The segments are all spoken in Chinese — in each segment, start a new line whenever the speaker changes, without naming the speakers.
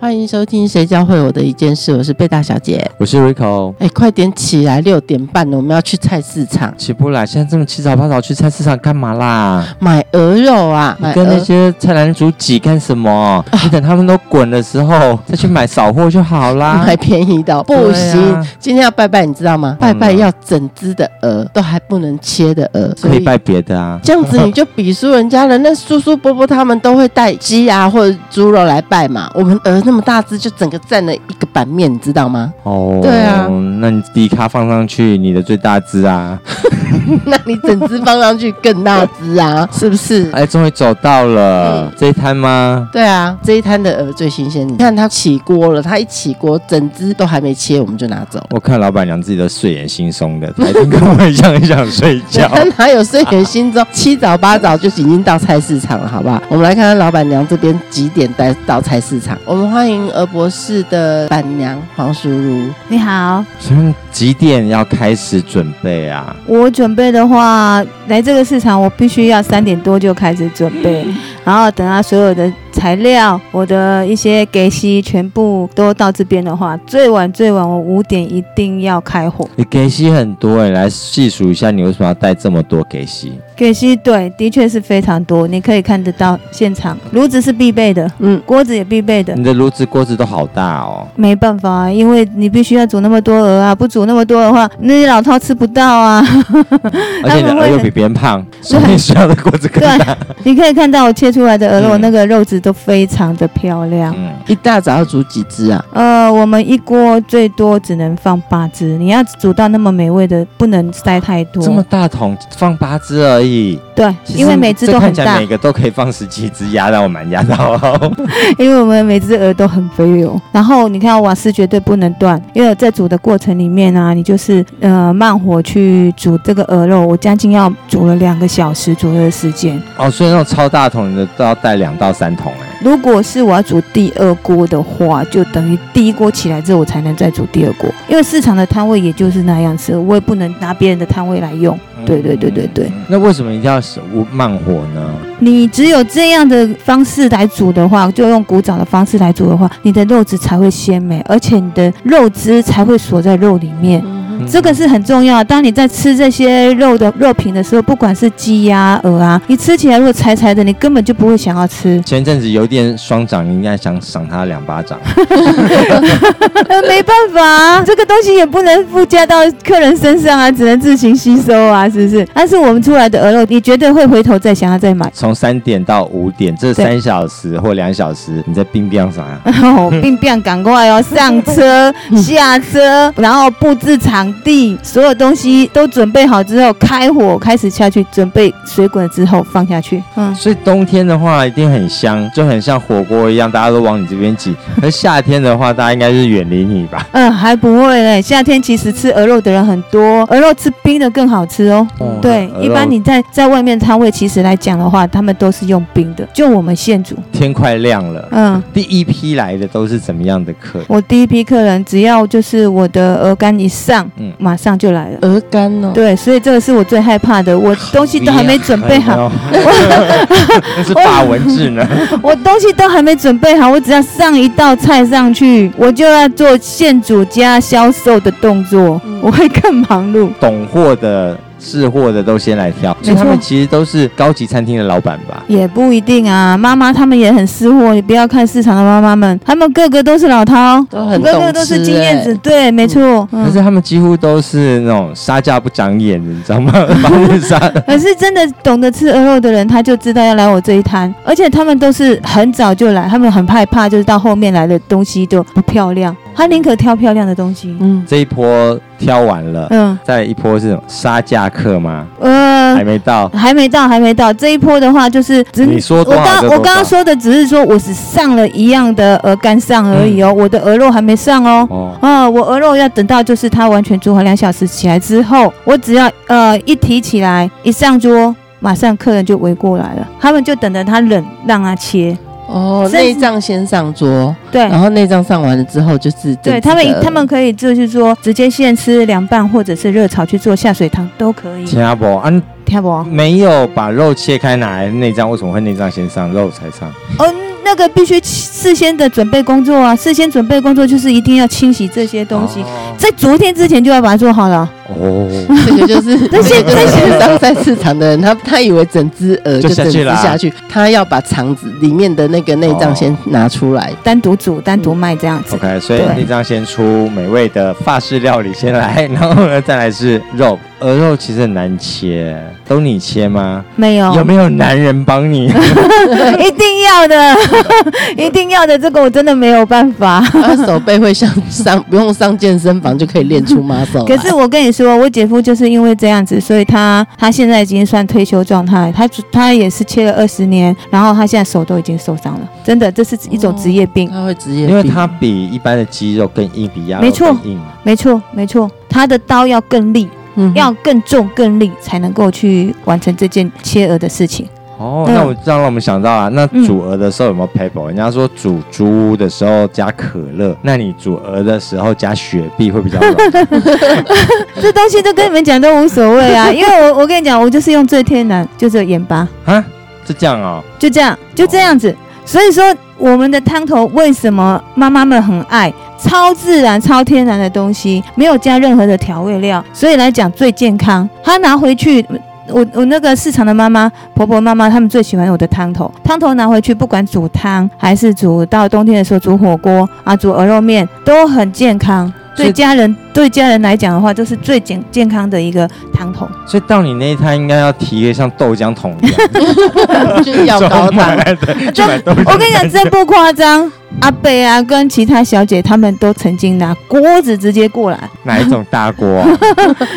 欢迎收听《谁教会我的一件事》，我是贝大小姐。
我是 Rico，
哎，快点起来，六点半了，我们要去菜市场
起不来，现在这么七早八早去菜市场干嘛啦？
买鹅肉啊！
你
买啊
跟那
鹅
些菜篮族挤干什么？你等他们都滚的时候再去买扫货就好 啦。
买便宜的哦、不行、
对啊
今天要拜拜，你知道吗？拜拜
嗯
要整只的鹅，都还不能切的鹅，所
可以拜别的啊。
这样子你就比输人家了。那叔叔伯伯他们都会带鸡啊或者猪肉来拜嘛，我们鹅那么大只，就整个占了一个版面，你知道 吗？
哦，
对啊
那你低咖放上去，你的最大只啊！
那你整只放上去更大只啊， 是不是？
哎，终于走到了、
嗯
这一摊吗？
对啊，这一摊的鹅最新鲜，你看它起锅了，它一起锅，整只都还没切，我们就 拿走了。
我看老板娘自己都睡眼惺忪的，她一定跟我一样很想睡 觉。
他哪有睡眼惺忪？七早八早就已经到菜市场了，好不好？我们来看看老板娘这边几点带到菜市场。我们欢迎鹅博士的板娘黄淑如。
你好，
所以几点要开始准备啊？
我准备的话，来这个市场我必须要三点多就开始准备，然后等到所有的材料、我的一些给息全部都到这边的话，最晚最晚我五点一定要开火。
你给息很多哎、来细数一下，你为什么要带这么多给息？
给息对，的确是非常多，你可以看得到现场，炉子是必备的，
嗯，
锅子也必备的
你。的炉子锅子都好大 哦。
没办法啊，因为你必须要煮那么多鹅啊，不煮那么多的话，那些老饕吃不到啊。
而且你的
他们
鹅
会
又比别人 胖，所以需要的锅子更大。
你可以看到我切出来的鹅肉，
嗯
那个肉质都非常的漂亮。
嗯，
一大早要煮几只啊？
呃，我们一锅最多只能放八只，你要煮到那么美味的，不能塞太多。
这么大桶放八只而已，
对，
其实
因为每只
这
都
看
很
起来
大
每，个都可以放十几只，压到我蛮 压到哦。
因为我们每只鹅都很肥哦。然后你看瓦斯绝对不能断，因为在煮的过程里面啊，你就是呃慢火去煮这个鹅肉，我将近要煮了两个小时左右的时间。
哦，所以那种超大桶的都要带两到三桶哎。
如果是我要煮第二锅的话，就等于第一锅起来之后，我才能再煮第二锅，因为市场的摊位也就是那样子，我也不能拿别人的摊位来用。 对对对对对
嗯那为什么一定要手慢火呢？。
你只有这样的方式来煮的话，就用古早的方式来煮的话，你的肉质才会鲜美，而且你的肉汁才会锁在肉里面。
嗯，
这个是很重要。当你在吃这些肉的肉品的时候，不管是鸡呀、鹅啊，你吃起来如果柴柴的，你根本就不会想要吃
前阵子有点双掌，你应该想赏他两巴掌。
呃，没办法、啊，这个东西也不能附加到客人身上啊，只能自行吸收啊，是不是？但是我们出来的鹅肉，你绝对会回头再想要再买。
从三点到五点，这三小时或两小时，你在冰冰上啊？
哦，并不想赶快哦，上车、
嗯
下车，然后布置场地，所有东西都准备好之后，开火开始下去，准备水滚之后放下去。嗯，
所以冬天的话一定很香，就很像火锅一样，大家都往你这边挤。而夏天的话，大家应该是远离你吧？
嗯，还不会嘞，夏天其实吃鹅肉的人很多，鹅肉吃冰的更好吃哦。
哦
对，
鹅肉
一般你在在外面摊位，其实来讲的话，他们都是用冰的，就我们现煮。
天快亮了，
嗯，
第一批来的都是怎么样的客人？
我第一批客人只要就是我的鹅肝一上，
嗯
马上就来了。
鹅肝哦，
对，所以这个是我最害怕的，我东西都还没准备 好，
哎呦，那是法文字呢。
我东西都还没准备好，我只要上一道菜上去，我就要做现煮加销售的动作，
嗯
我会更忙碌。
懂货的、是货的都先来挑，所以他们其实都是高级餐厅的老板吧？
也不一定啊，妈妈他们也很识货，你不要看市场的妈妈们，他们个个都是老饕，
都很
个个
懂
都
吃、欸
是经验值，对，没错。嗯
可是他们几乎都是那种杀价不长眼的，你知道 吗？把人杀的。
可是真的懂得吃鹅肉的人，他就知道要来我这一摊，而且他们都是很早就来，他们很害怕，就是到后面来的东西就不漂亮，他宁可挑漂亮的东西。
嗯，
这一波挑完了，
嗯，
再来一波是什么杀价客吗？
呃
还，没到。
还没到，还没到这一波的话，就是只
你说多
我
少
刚
就多
我刚刚
少
说的只是说我只上了一样的鹅肝上而已哦，
嗯
我的鹅肉还没上哦。
哦，
啊、我鹅肉要等到就是它完全煮好两小时起来之后，我只要呃一提起来，一上桌，马上客人就围过来了，他们就等着它冷，让它切。
哦，
甚至
内脏先上桌，
对
啊
然后内脏上完了之后就是
对
整只
他们
的，
他们可以就是说直接现吃凉拌或者是热炒去做下水汤都可以，
听不啊，你
听不？哦，
没有把肉切开拿来内脏，为什么会内脏先上，肉才上？
那个必须事先的准备工作啊，事先准备工作就是一定要清洗这些东西，在昨天之前就要把它做好了。
哦，
这个就是
但
这
现
个就是线上菜市场的人，他他以为整只鹅
就
就
下
整
去
只
啦
下去，他要把肠子里面的那个内脏先拿出 来。
单独煮、单独卖这样子。
OK，所以
对
内脏先出美味的法式料理先来，然后呢再来是肉，鹅肉其实很难切，都你切吗？
没有，
有没有男人帮你？
一定要的， 一定要的，这个我真的没有办法。
他手背会像上不用上健身房就可以练出 muscle
可
来。
是我跟你说，我姐夫就是因为这样子，所以他他现在已经算退休状态，他他也是切了二十年，然后他现在手都已经受伤了，真的，这是一种职业
哦
病。
他会直接，
因为它比一般的鸡肉更硬，比鸭肉
没错
更硬。
没错，没错，他的刀要更利，
嗯
要更重、更利，才能够去完成这件切鹅的事情。
哦，
嗯
那我这样让我们想到啊，那煮鹅的时候有没有 paper？、人家说煮猪的时候加可乐，那你煮鹅的时候加雪碧会比较软。
这东西都跟你们讲都无所谓 啊，因为我我跟你讲，我就是用最天然，就只有盐巴。
啊，是这样哦。
就这样，就这样子。所以说，我们的汤头为什么妈妈们很爱超自然、超天然的东西，没有加任何的调味料，所以来讲最健康。她拿回去，我我那个市场的妈妈、婆婆、妈妈，她们最喜欢我的汤头。汤头拿回去，不管煮汤还是煮到冬天的时候煮火锅啊，煮鹅肉面，都很健康。
所以
对家人对家人来讲的话，这是最健健康的一个汤头。
所以到你那一摊应该要提一个像豆浆桶一样，
去要高档，
对，就买豆
我
浆。
跟你讲，真不夸 张，阿贝啊，跟其他小姐她们都曾经拿锅子直接过来，
哪一种大锅、啊？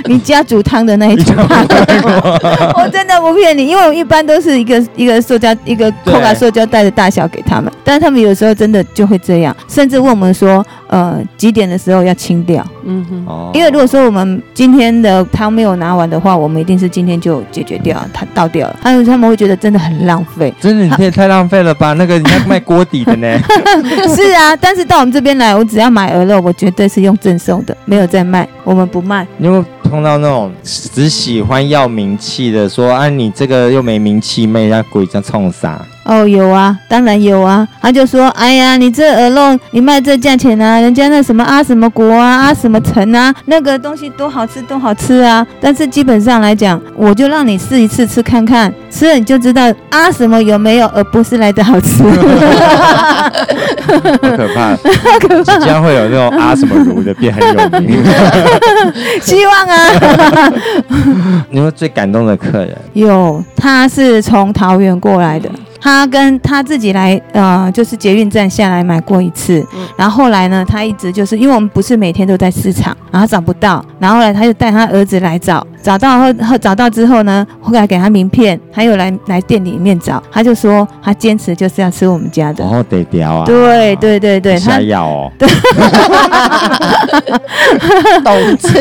你家煮汤的那一种汤， 我真的不骗你，因为我一般都是一个一个塑胶一个
对
扣把塑胶袋的大小给他们，但他们有时候真的就会这样，甚至问我们说，呃，几点的时候要清掉，
嗯哼，
哦
因为如果说我们今天的汤没有拿完的话，我们一定是今天就解决掉，它倒掉了，还有他们会觉得真的很浪费。
真的你太太浪费了吧？那个人家卖锅底的呢，
是啊，但是到我们这边来，我只要买鹅肉，我绝对是用赠送的，没有在卖，我们不卖。
你有没有碰到那种只喜欢要名气的说啊，你这个又没名气，卖人家鬼这样冲啥？
哦，有啊，当然有啊。他就说：“哎呀，你这鹅肉，你卖这价钱啊，人家那什么啊什么国啊啊什么城啊，那个东西多好吃多好吃啊。”但是基本上来讲，我就让你试一次吃看看，吃了你就知道啊什么有没有，而不是来的好吃。
好可怕！即将会有那种啊什么炉的变很有名。
希望啊。
你说最感动的客人，
有，他是从桃园过来的。他跟他自己来，呃，就是捷运站下来买过一次，
嗯
然后后来呢，他一直就是因为我们不是每天都在市场，然后他找不到，然后后来他就带他儿子来找，找到后后找到之后呢，后来给他名片，他又来来店里面找，他就说他坚持就是要吃我们家的，
然后得聊啊，
对对对对，他
下药哦，
懂 吃。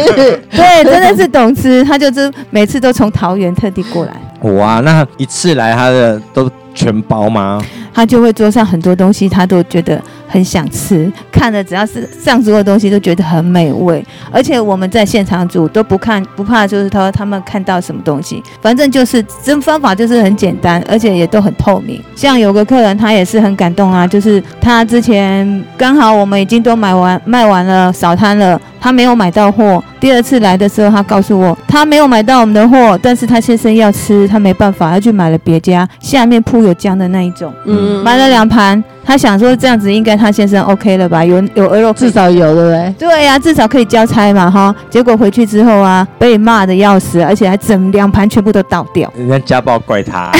对真的是懂吃，他就是每次都从桃园特地过来。
哇，啊那一次来他的都全包吗？
他就会桌上很多东西，他都觉得很想吃，看了只要是上桌的东西都觉得很美味，而且我们在现场煮都不看不怕，就是他他们看到什么东西，反正就是真方法就是很简单，而且也都很透明。像有个客人他也是很感动啊，就是他之前刚好我们已经都买完卖完了扫摊了，他没有买到货，第二次来的时候他告诉我他没有买到我们的货，但是他先生要吃，他没办法，他去买了别家下面铺有浆的那一种。
嗯，
买了两盘，他想说这样子应该他先生 OK 了吧？有有鹅肉可以
至少有对不对？
对呀、至少可以交差嘛哈。结果回去之后啊，被骂的要死，而且还整两盘全部都倒掉，
人家家暴怪 他，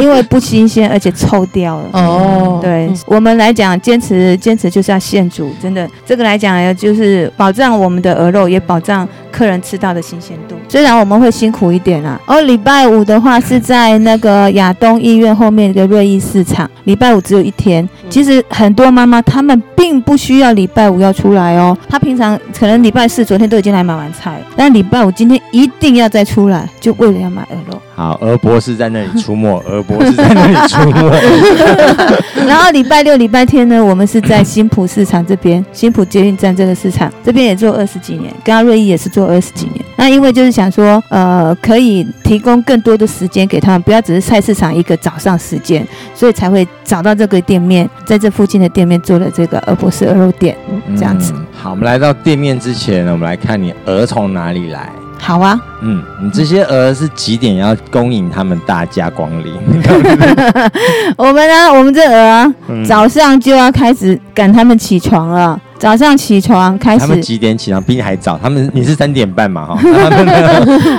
因为不新鲜，而且臭掉了。
哦，
对
嗯
我们来讲，坚持坚持就是要现煮，真的，这个来讲呢，就是保障我们的鹅肉，也保障客人吃到的新鲜度。虽然我们会辛苦一点啦、哦，礼拜五的话是在那个亚东医院后面一个瑞意市场，礼拜五只有一天。其实很多妈妈她们并不需要礼拜五要出来哦，她平常可能礼拜四昨天都已经来买完菜，但礼拜五今天一定要再出来，就为了要买鹅肉。
好，鹅博士在那里出没，鹅博士在那里出 没。
然后礼拜六、礼拜天呢，我们是在新浦市场这边， 新浦捷运站这个市场这边也做二十几年，跟阿瑞义也是做二十几年。那因为就是想说，呃，可以提供更多的时间给他们，不要只是菜市场一个早上时间，所以才会找到这个店面，在这附近的店面做了这个鹅博士鹅肉店，这样子。
嗯好，我们来到店面之前呢，我们来看你鹅从哪里来。
好啊，
嗯，你这些鹅是几点要恭迎他们大驾光 临？
我们呢，我们这鹅啊，
嗯
早上就要开始赶他们起床了。早上起床开
他们
始
几点起床？比你还早。他们你是三点半嘛？哈，他们呢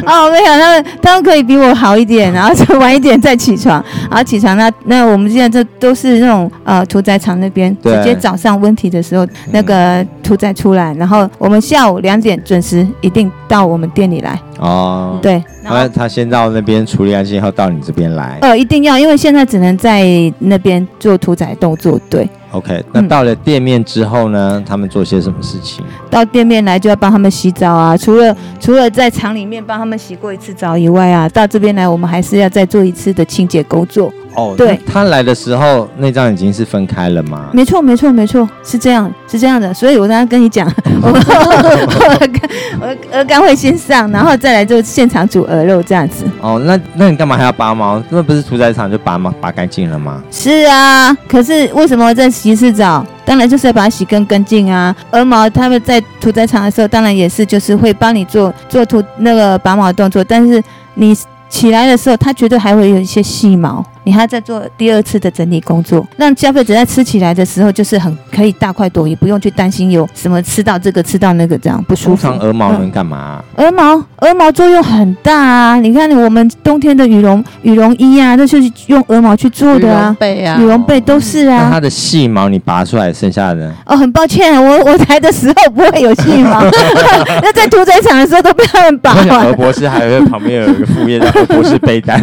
哦，没有，他们他们可以比我好一点，然后再晚一点再起床，然后起床那那我们现在这都是那种呃屠宰场那边直
对
接早上温体的时候 那个屠宰出来，然后我们下午两点准时一定到我们店里来，
哦，
对，然
他
后
他先到那边处理完信后到你这边来。
呃一定要，因为现在只能在那边做屠宰动作，对，
OK，那
嗯
到了店面之后呢？他们做些什么事情？
到店面来就要帮他们洗澡啊，除了除了在厂里面帮他们洗过一次澡以外啊，到这边来我们还是要再做一次的清洁工作。
哦，
对
那他来的时候那张已经是分开了吗？
没错，没错，没错，是这样，是这样的。所以我刚刚跟你讲，我我刚我鹅肝会先上，然后再来就现场煮鹅肉这样子。
哦，那那你干嘛还要拔毛？那不是屠宰场就拔毛拔干净了吗？
是啊，可是为什么在洗一次澡？当然就是要把它洗更干净啊。鹅毛他们在屠宰场的时候，当然也是就是会帮你做做屠那个拔毛的动作，但是你起来的时候，它绝对还会有一些细毛，你还要再做第二次的整理工作，让消费者在吃起来的时候就是很可以大快朵颐，不用去担心有什么吃到这个吃到那个这样不舒
通
服
常。鹅毛能干嘛、
鹅毛，鹅毛作用很大啊！你看我们冬天的羽绒羽绒衣啊，那就是用鹅毛去做的啊。
背啊
羽，绒被都是
那
啊。
它的细毛你拔出来，剩下的呢？
哦，很抱歉，我 我来的时候不会有细毛， 那在屠宰场的时候都被他们拔
我想鹅
完。
博士还会旁边有一个副业叫鹅博士被 单。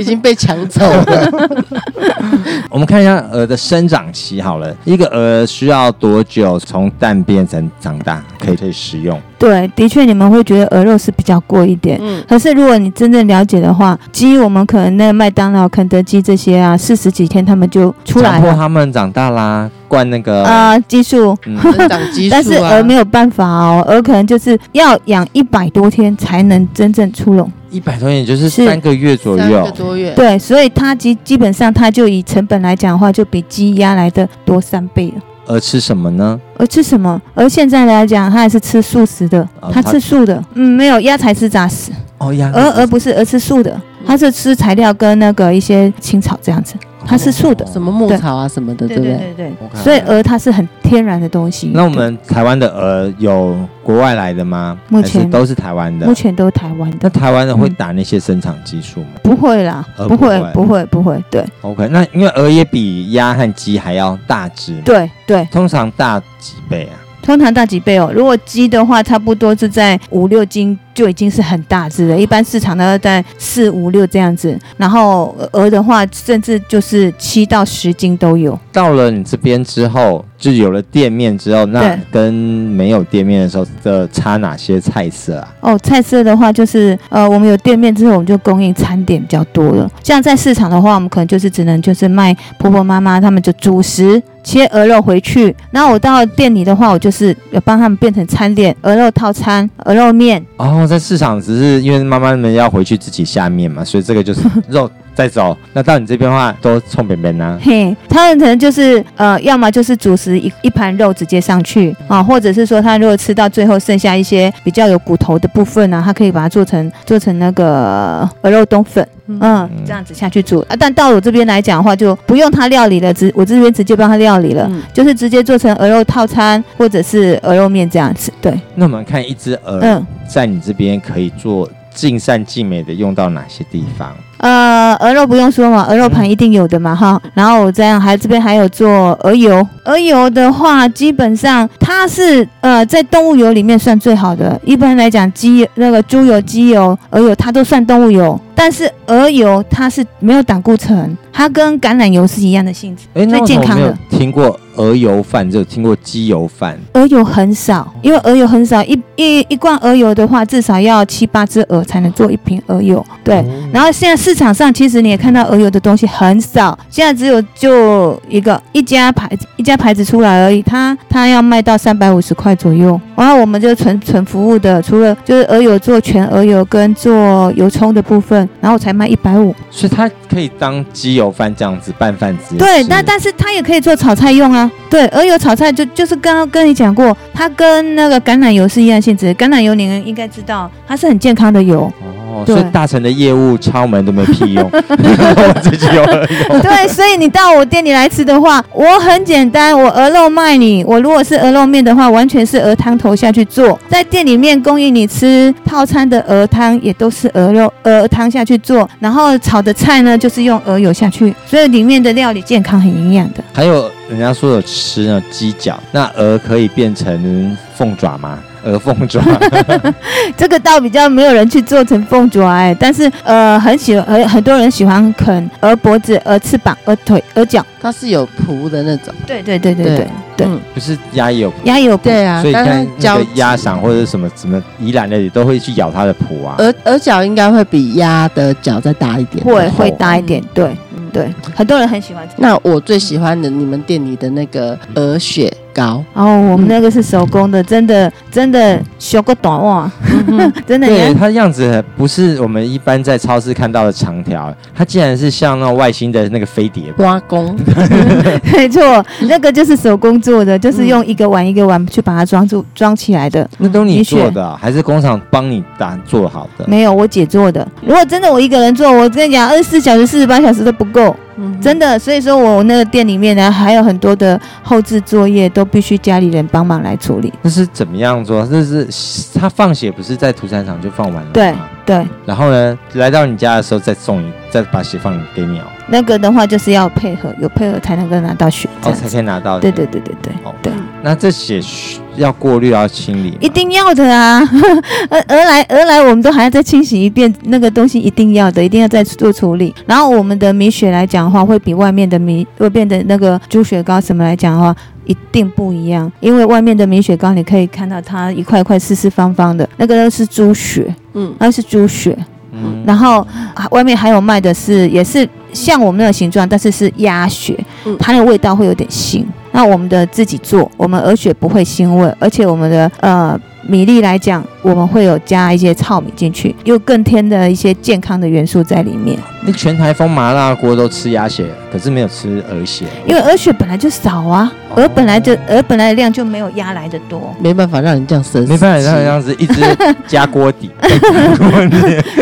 已经被抢走了。
我们看一下鹅的生长期好了，一个鹅需要多久从蛋变成长大，可以可以食用？
对，的确你们会觉得鹅肉是比较贵一点。
嗯，
可是，如果你真正了解的话，鸡我们可能那麦当劳、肯德基这些啊，四十几天他们就出来
强迫
了
它们长大啦，灌那个
啊、激素。
嗯
生长激素啊，
但是鹅没有办法哦，鹅可能就是要养一百多天才能真正出笼。
一百多年就是
是
三个月左
三个
右。
多月，
对，所以它基基本上它就以成本来讲的话，就比鸡鸭来的多三倍了。
鹅吃什么呢？
而呃吃什么？而现在来讲，它还是吃素食的
哦，
它
它
吃素的，嗯，没有鸭才吃杂食，
哦鸭子
鹅鹅不是鹅吃素的，
嗯
它是吃材料跟那个一些青草这样子，它是素的
什么牧草啊什么的，对不对？
对
OK
所以鹅它是很天然的东西。
那我们台湾的鹅有国外来的吗？
目前
还是都是台湾
对
的
目。前都是台湾
那
的，
台湾的会打那些生长激素吗
不会啦，
鹅
不会，
呃不
不会，不会，对
？OK，那因为鹅也比鸭和鸡还要大只嘛，
对对，
通常大几倍啊？
通常大几倍哦。如果鸡的话，差不多是在五六斤就已经是很大只了，一般市场呢在四五六这样子，然后呃鹅的话，甚至就是七到十斤都有。
到了你这边之后，就有了店面之后，那
对
跟没有店面的时候的差哪些菜色啊？
哦，菜色的话就是，呃，我们有店面之后，我们就供应餐点比较多了。像在市场的话，我们可能就是只能就是卖婆婆妈妈他们就主食。切鹅肉回去，然后我到店里的话，我就是有帮他们变成餐点，鹅肉套餐、鹅肉面，
哦，在市场只是因为妈妈们要回去自己下面嘛，所以这个就是肉 再走。那到你这边的话，都冲扁啊扁呐。
嘿，他们可能就是呃，要么就是主食一一盘肉直接上去啊，或者是说他如果吃到最后剩下一些比较有骨头的部分呢、啊，他可以把它做成做成那个鹅肉冬粉，嗯，这样子下去煮啊。但到我这边来讲的话，就不用他料理了，直我这边直接帮他料理了，
嗯
就是直接做成鹅肉套餐或者是鹅肉面这样子。对，
那我们看一只鹅
嗯。
在你这边可以做尽善尽美的用到哪些地方？
呃，鹅肉不用说嘛，鹅肉盘一定有的嘛哈。然后我这样还这边还有做鹅油，鹅油的话，基本上它是呃在动物油里面算最好的。一般来讲，鸡那个猪油、鸡油、鹅油它都算动物油，但是鹅油它是没有胆固醇，它跟橄榄油是一样的性质，
哎，那
最
为什
健
么
康
没有
的。
听过鹅油饭，只有听过鸡油饭。
鹅油很少，因为鹅油很少，一一一罐鹅油的话，至少要七八只鹅才能做一瓶鹅油。对，然后现在市场上其实你也看到鹅油的东西很少，现在只有就一个一家牌子一家牌子出来而已，它它要卖到三百五十块左右。然后我们就纯纯服务的，除了就是鹅油做全鹅油跟做油葱的部分，然后才卖一百五。
所以它可以当鸡油饭这样子拌饭吃。
对，那但是它也可以做炒菜用啊。对，鹅油炒菜就就是刚刚跟你讲过，它跟那个橄榄油是一样性质。橄榄油你们应该知道，它是很健康的油。
哦，
对
所以大成的业务敲门都没屁 用，我自己有鹅油。
对，所以你到我店里来吃的话，我很简单，我鹅肉卖你。我如果是鹅肉面的话，完全是鹅汤头下去做，在店里面供应你吃套餐的鹅汤也都是鹅肉鹅汤下去做，然后炒的菜呢就是用鹅油下去，所以里面的料理健康很营养的。
还有人家说有吃那种鸡脚，那鹅可以变成凤爪吗？鹅凤 爪，
这个倒比较没有人去做成凤爪哎，但是呃，很喜很很多人喜欢啃鹅脖子、鹅翅膀、鹅腿、鹅脚。
它是有脯的那种，
对对对对对，对
嗯
不是鸭也有。
鸭也有
对啊，
所以你
但它
看那
脚
个鸭嗓或者什么什么宜兰的也都会去咬它的脯啊。
鹅鹅脚应该会比鸭的脚再大一点，
会
然后
会大一点，对
嗯。
对，很多人很喜欢吃。
那我最喜欢的你们店里的那个鹅雪糕，
然后哦我们那个是手工的，真的真的修个短袜， 真的
对，
呀。
它的样子不是我们一般在超市看到的长条，它竟然是像那种外星的那个飞碟。
花 工，
没错，那个就是手工做的，就是用一个碗一个碗去把它装住装起来的。
那都你
的确
做的啊、还是工厂帮你打做好的？
没有我姐做的，如果真的我一个人做，我跟你讲，二十四小时、四十八小时都不够。
嗯
真
的
的，所以说我那个店里面呢，还有很多的后置作业都必须家里人帮忙来处理。
那是怎么样做？那是他放血不是在屠宰场就放完了吗？
对对，
然后呢，来到你家的时候再送你，再把血放给你哦，
那个的话就是要配合，有配合才能够拿到血，这
哦
样
才
子。
可以拿到。
对对。对对对，
哦
对，
那这血要过滤要清理吗，
一定要的啊！ 而而来而来，我们都还要再清洗一遍，那个东西一定要的，一定要再做处理。然后我们的米血来讲的话，会比外面的米外面的那个猪血糕什么来讲的话，一定不一样，因为外面的米血糕你可以看到它一块块四四方方的，那个都是猪血，
嗯
那是猪血。
嗯，
然后啊外面还有卖的是，也是像我们那个形状，但是是鸭血
嗯，
它那个味道会有点腥。那我们的自己做，我们鹅血不会腥味，而且我们的呃米粒来讲，我们会有加一些糙米进去，又更添的一些健康的元素在里面。
那全台风麻辣锅都吃鸭血，可是没有吃鹅 血，
因为鹅血本来就少啊，鹅本来就鹅本来的量就没有鸭来的多。
没办法让你这样生，
没办法让这样子一直加锅底，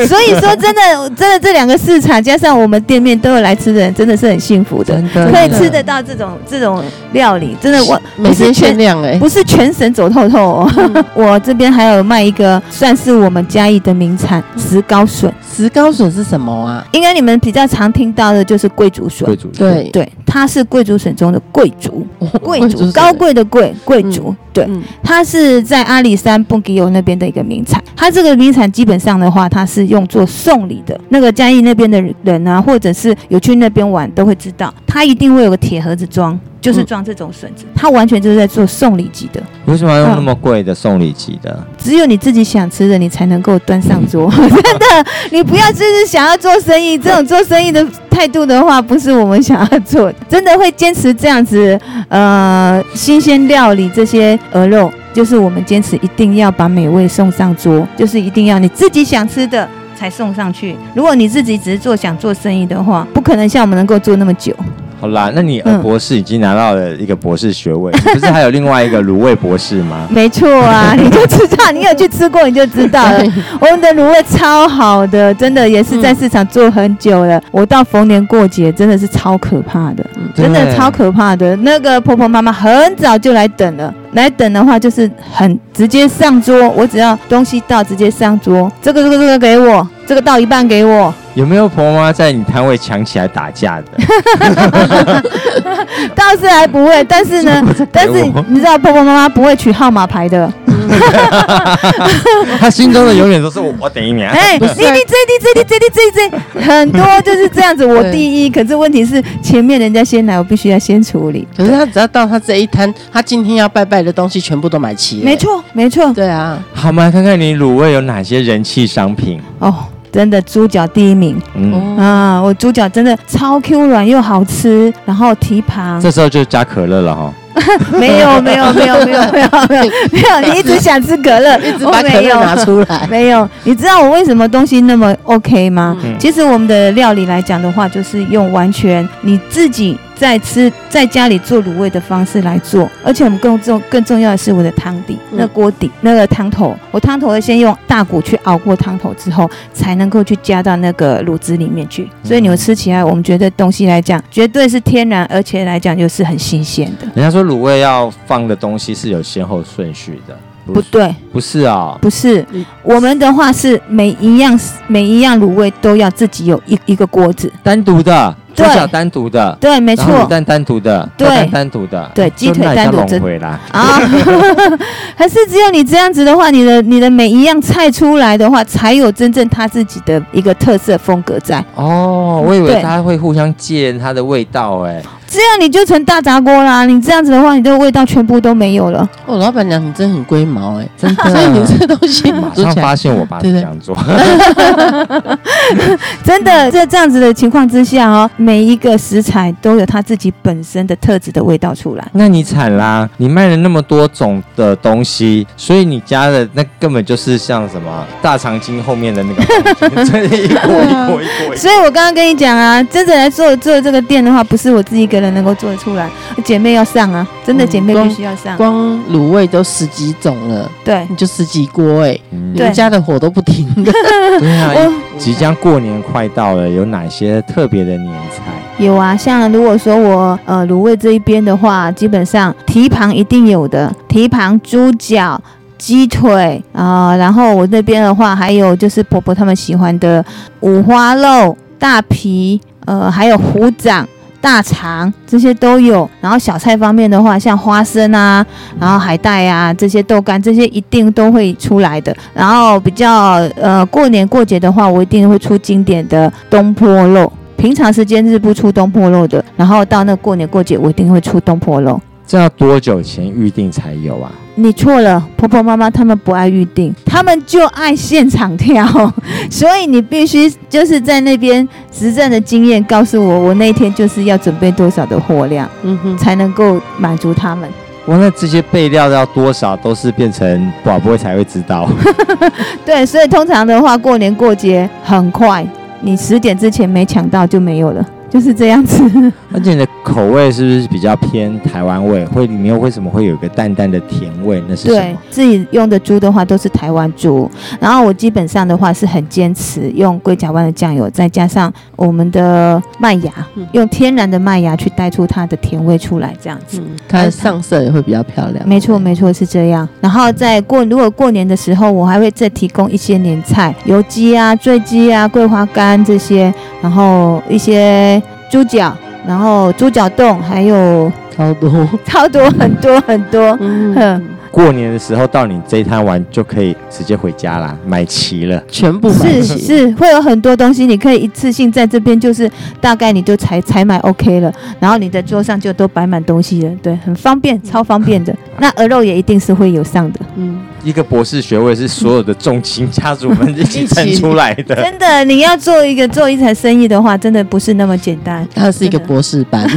所以说，真的，真的这两个市场加上我们店面都有来吃的人，真的是很幸福的，
的
可以吃得到这种这种料理，真的我
每
不是
天嗯限
全
量哎、
不是全省走透透哦。 我这边还有卖一个算是我们嘉义的名产
嗯
石膏笋，
石膏笋是什么啊？
应该你们比较常听到的就是贵族
贵
笋。
族
对，
对，它是贵族笋中的贵族，贵
我
族
哦就是
高贵的贵，贵族。对，
嗯
它是在阿里山蹦迪油那边的一个名产。它这个名产基本上的话，它是用作送礼的。那个嘉义那边的人啊，或者是有去那边玩都会知道，它一定会有个铁盒子装，就是
嗯
装这种笋子。它完全就是在做送礼级的。
为什么要用那么贵的送礼级的？
只有你自己想吃的，你才能够端上桌。真的，你不要就是想要做生意，这种做生意的态度的话，不是我们想要做的。真的会坚持这样子，呃，新鲜料理这些鹅肉，就是我们坚持一定要把美味送上桌，就是一定要你自己想吃的。才送上去。如果你自己只是做想做生意的话，不可能像我们能够做那么久。
好啦，那你
嗯
呃博士已经拿到了一个博士学 位，你不是还有另外一个卤味博士吗？
没错啊，你就知道，你有去吃过你就知道了。我们的卤味超好的，真的也是在市场做很久了。我到逢年过节真的是超可怕的， 真的
对
超可怕的。那个婆婆妈妈很早就来等了，来等的话就是很直接上桌，我只要东西到直接上桌，这个这个这个给我，这个倒一半给我，
有没有婆妈在你摊位抢起来打架的？
倒是还不会，但是 呢，但是你知道婆婆妈妈不会取号码牌的，
他心中的永远都是我，我等一年。
哎，你你最低最低最低最低最低，很多就是这样子，我
对
第一，可是问题是前面人家先来，我必须要先处理，
可是他只要到他这一摊，他今天要拜拜的东西全部都买齐了。
没，错没错，
对啊，
好，我们来看看你卤味有哪些人气商品。
哦，真的猪脚第一名
嗯，
哦，
啊，我猪脚真的超 Q 软又好吃，然后蹄膀
这时候就加可乐了哈。
没有没有没有没有没有没有没有，你一直想吃可乐，
一直
我
把可
没
乐
有
拿出来。
嗯哦没有，你知道我为什么东西那么 OK 吗？
嗯
其实我们的料理来讲的话，就是用完全你自己在吃，在家里做卤味的方式来做，而且我们更重更重要的是我的汤底，
嗯
那锅底，那个汤头，我汤头会先用大骨去熬过汤头之后，才能够去加到那个卤汁里面去。所以你们吃起来，我们觉得东西来讲，绝对是天然，而且来讲又是很新鲜的。
人家说卤味要放的东西是有先后顺序的，
不对，
不是啊、
不是
你，
我们的话是每一样每一样卤味都要自己有一一个锅子。
单独的，猪
对
脚单独的，
对，没
没
错。
蛋单独的，
对
豆干单独的，
对鸡腿单独
这回啦。
啊， 还是只有你这样子的话，你的你的每一样菜出来的话，才有真正他自己的一个特色风格在。
哦，我以为
对
它会互相借它的味道哎、
这样你就成大杂锅啦！你这样子的话，你的味道全部都没有了。
哦，老板娘，你真的很龟毛哎，
真的。
所以你这东西
马
煮
上
起来
发现我把
对
你
对
讲错，
真的，
嗯
在这样子的情况之下哦，每一个食材都有它自己本身的特质的味道出来。
那你惨啦！你卖了那么多种的东西，所以你家的那根本就是像什么大肠经后面的那个房 间，真的一锅一锅一锅一锅。
所以我刚刚跟你讲啊，真正来做做这个店的话，不是我自己一个人能够做得出来，姐妹要上啊，真的
嗯
姐妹
光
必须要上。
光卤味都十几种了，
对，
你就十几锅哎，
嗯
你们家的火都不停 的。
对啊，
我
即将过年快到了，有哪些特别的年菜？
有啊，像如果说我呃卤味这一边的话，基本上蹄膀一定有的，蹄膀、猪脚、鸡腿啊、呃然后我那边的话，还有就是婆婆他们喜欢的五花肉、大皮，呃，还有虎掌。大肠这些都有，然后小菜方面的话，像花生啊，然后海带啊，这些豆干这些一定都会出来的。然后比较呃过年过节的话，我一定会出经典的东坡肉，平常时间是不出东坡肉的，然后到那过年过节我一定会出东坡肉。
这要多久前预定才有啊？
你错了，婆婆妈妈他们不爱预定，他们就爱现场跳，所以你必须就是在那边实战的经验告诉我，我那一天就是要准备多少的货量，
嗯哼，
才能够满足他们。
哇，那这些备料要多少都是变成宝贝才会知道。
对，所以通常的话，过年过节很快，你十点之前没抢到就没有了，就是这样子。
而且你的口味是不是比较偏台湾味？会里面为什么会有一个淡淡的甜味？那是什
对
么？
自己用的猪的话都是台湾猪，然后我基本上的话是很坚持用龟甲湾的酱油，再加上我们的麦芽，
嗯
用天然的麦芽去带出它的甜味出来，这样子。
嗯，它上色也会比较漂亮。
没错，没错，是这样。然后在过如果过年的时候，我还会再提供一些年菜，油鸡啊、醉鸡啊、桂花干这些，然后一些猪脚，然后猪脚冻，还有
超多。
超多很多很多。
嗯
嗯，
过年的时候到你这一摊玩就可以直接回家啦，买齐了。
全部买
是
齐
是，会有很多东西，你可以一次性在这边，就是大概你就采采买 OK 了，然后你的桌上就都摆满东西了，对，很方便，超方便的。那鹅肉也一定是会有上的，
嗯，，
一个博士学位是所有的重亲家族们一起撑出来的。
真的，你要做一个做一台生意的话，真的不是那么简单
它是一个
真的
博士 班，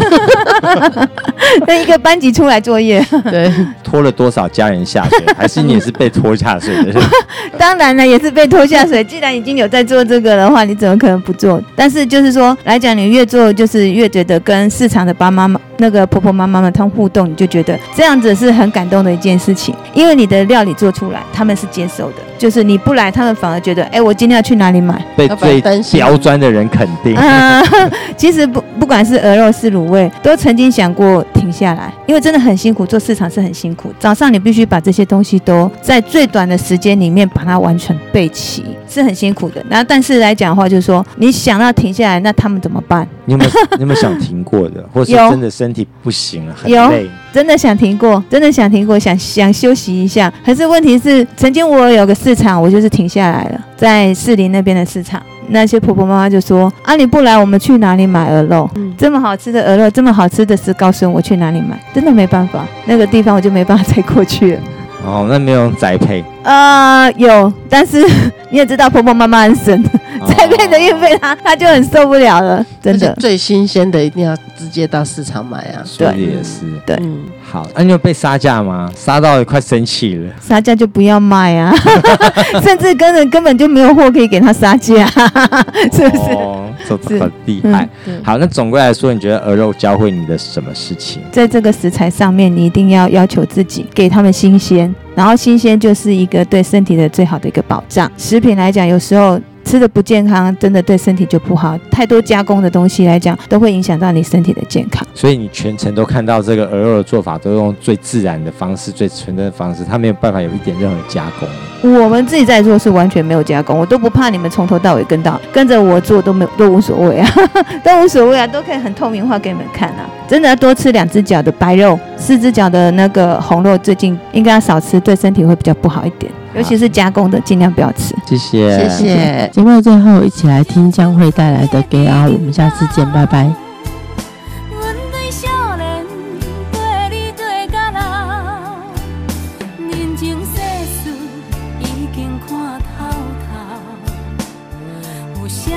那一个班级出来作业，
对，
拖了多少家人下 水？还是你也是被拖下水的人？
当然了，也是被拖下水。既然已经有在做这个的话，你怎么可能不做？但是就是说来讲，你越做就是越觉得跟市场的爸妈妈、那个婆婆妈妈们他们互动，你就觉得这样子是很感动的一件事情，因为你的料理做出来，他们是接受的。就是你不来，他们反而觉得，哎，我今天要去哪里买？
被
要不然
最
担心
刁钻的人肯定。
嗯， 其实不不管是鹅肉是卤味，都曾经想过停下来，因为真的很辛苦，做市场是很辛苦。早上你必须把这些东西都在最短的时间里面把它完全备齐，是很辛苦的。然后但是来讲的话，就是说你想要停下来，那他们怎么办？
你有没有你有没有想停过的，或是
有
真的身体不行了，很
有
累？
真的想停过，真的想停过，想想休息一下。可是问题是，曾经我有个市场，我就是停下来了，在士林那边的市场，那些婆婆妈妈就说：“啊，你不来，我们去哪里买鹅肉？
嗯
这么好吃的鹅肉，这么好吃的石膏笋，我去哪里买？真的没办法，那个地方我就没办法再过去了。”
哦，那没有人宅配，
呃，有，但是 你也知道，婆婆妈妈很省， 再配的运费她她就很受不了了，真
而
的
且。最新鲜的一定要直接到市场买啊。
说的
对
也是。
对
嗯，
好，那、你有被杀价吗？杀到快生气了。
杀价就不要卖啊，甚至根本根本就没有货可以给他杀价，是不是？
哦，这
是
很厉害。
嗯对
好，那总归来说，你觉得鹅肉教会你的什么事情？
在这个食材上面，你一定要要求自己给他们新鲜，然后新鲜就是一个对身体的最好的一个保障。食品来讲，有时候。吃的不健康，真的对身体就不好。太多加工的东西来讲，都会影响到你身体的健康。
所以你全程都看到这个鹅肉的做法，都用最自然的方式、最纯正的方式，它没有办法有一点任何加工。
我们自己在做是完全没有加工，我都不怕你们从头到尾跟到，跟着我做都没有都无所谓啊， 都无所谓啊，都可以很透明化给你们看啊。真的要多吃两只脚的白肉，四只脚的那个红肉，最近应该要少吃，对身体会比较不好一点，尤其是加工的尽量不要吃。
谢谢，
谢谢。
节目的最后，一起来听江蕙带来的《给啊》，我们下次见，拜拜。
阮对少年，陪你对到老，人情世事已经看透透，有啥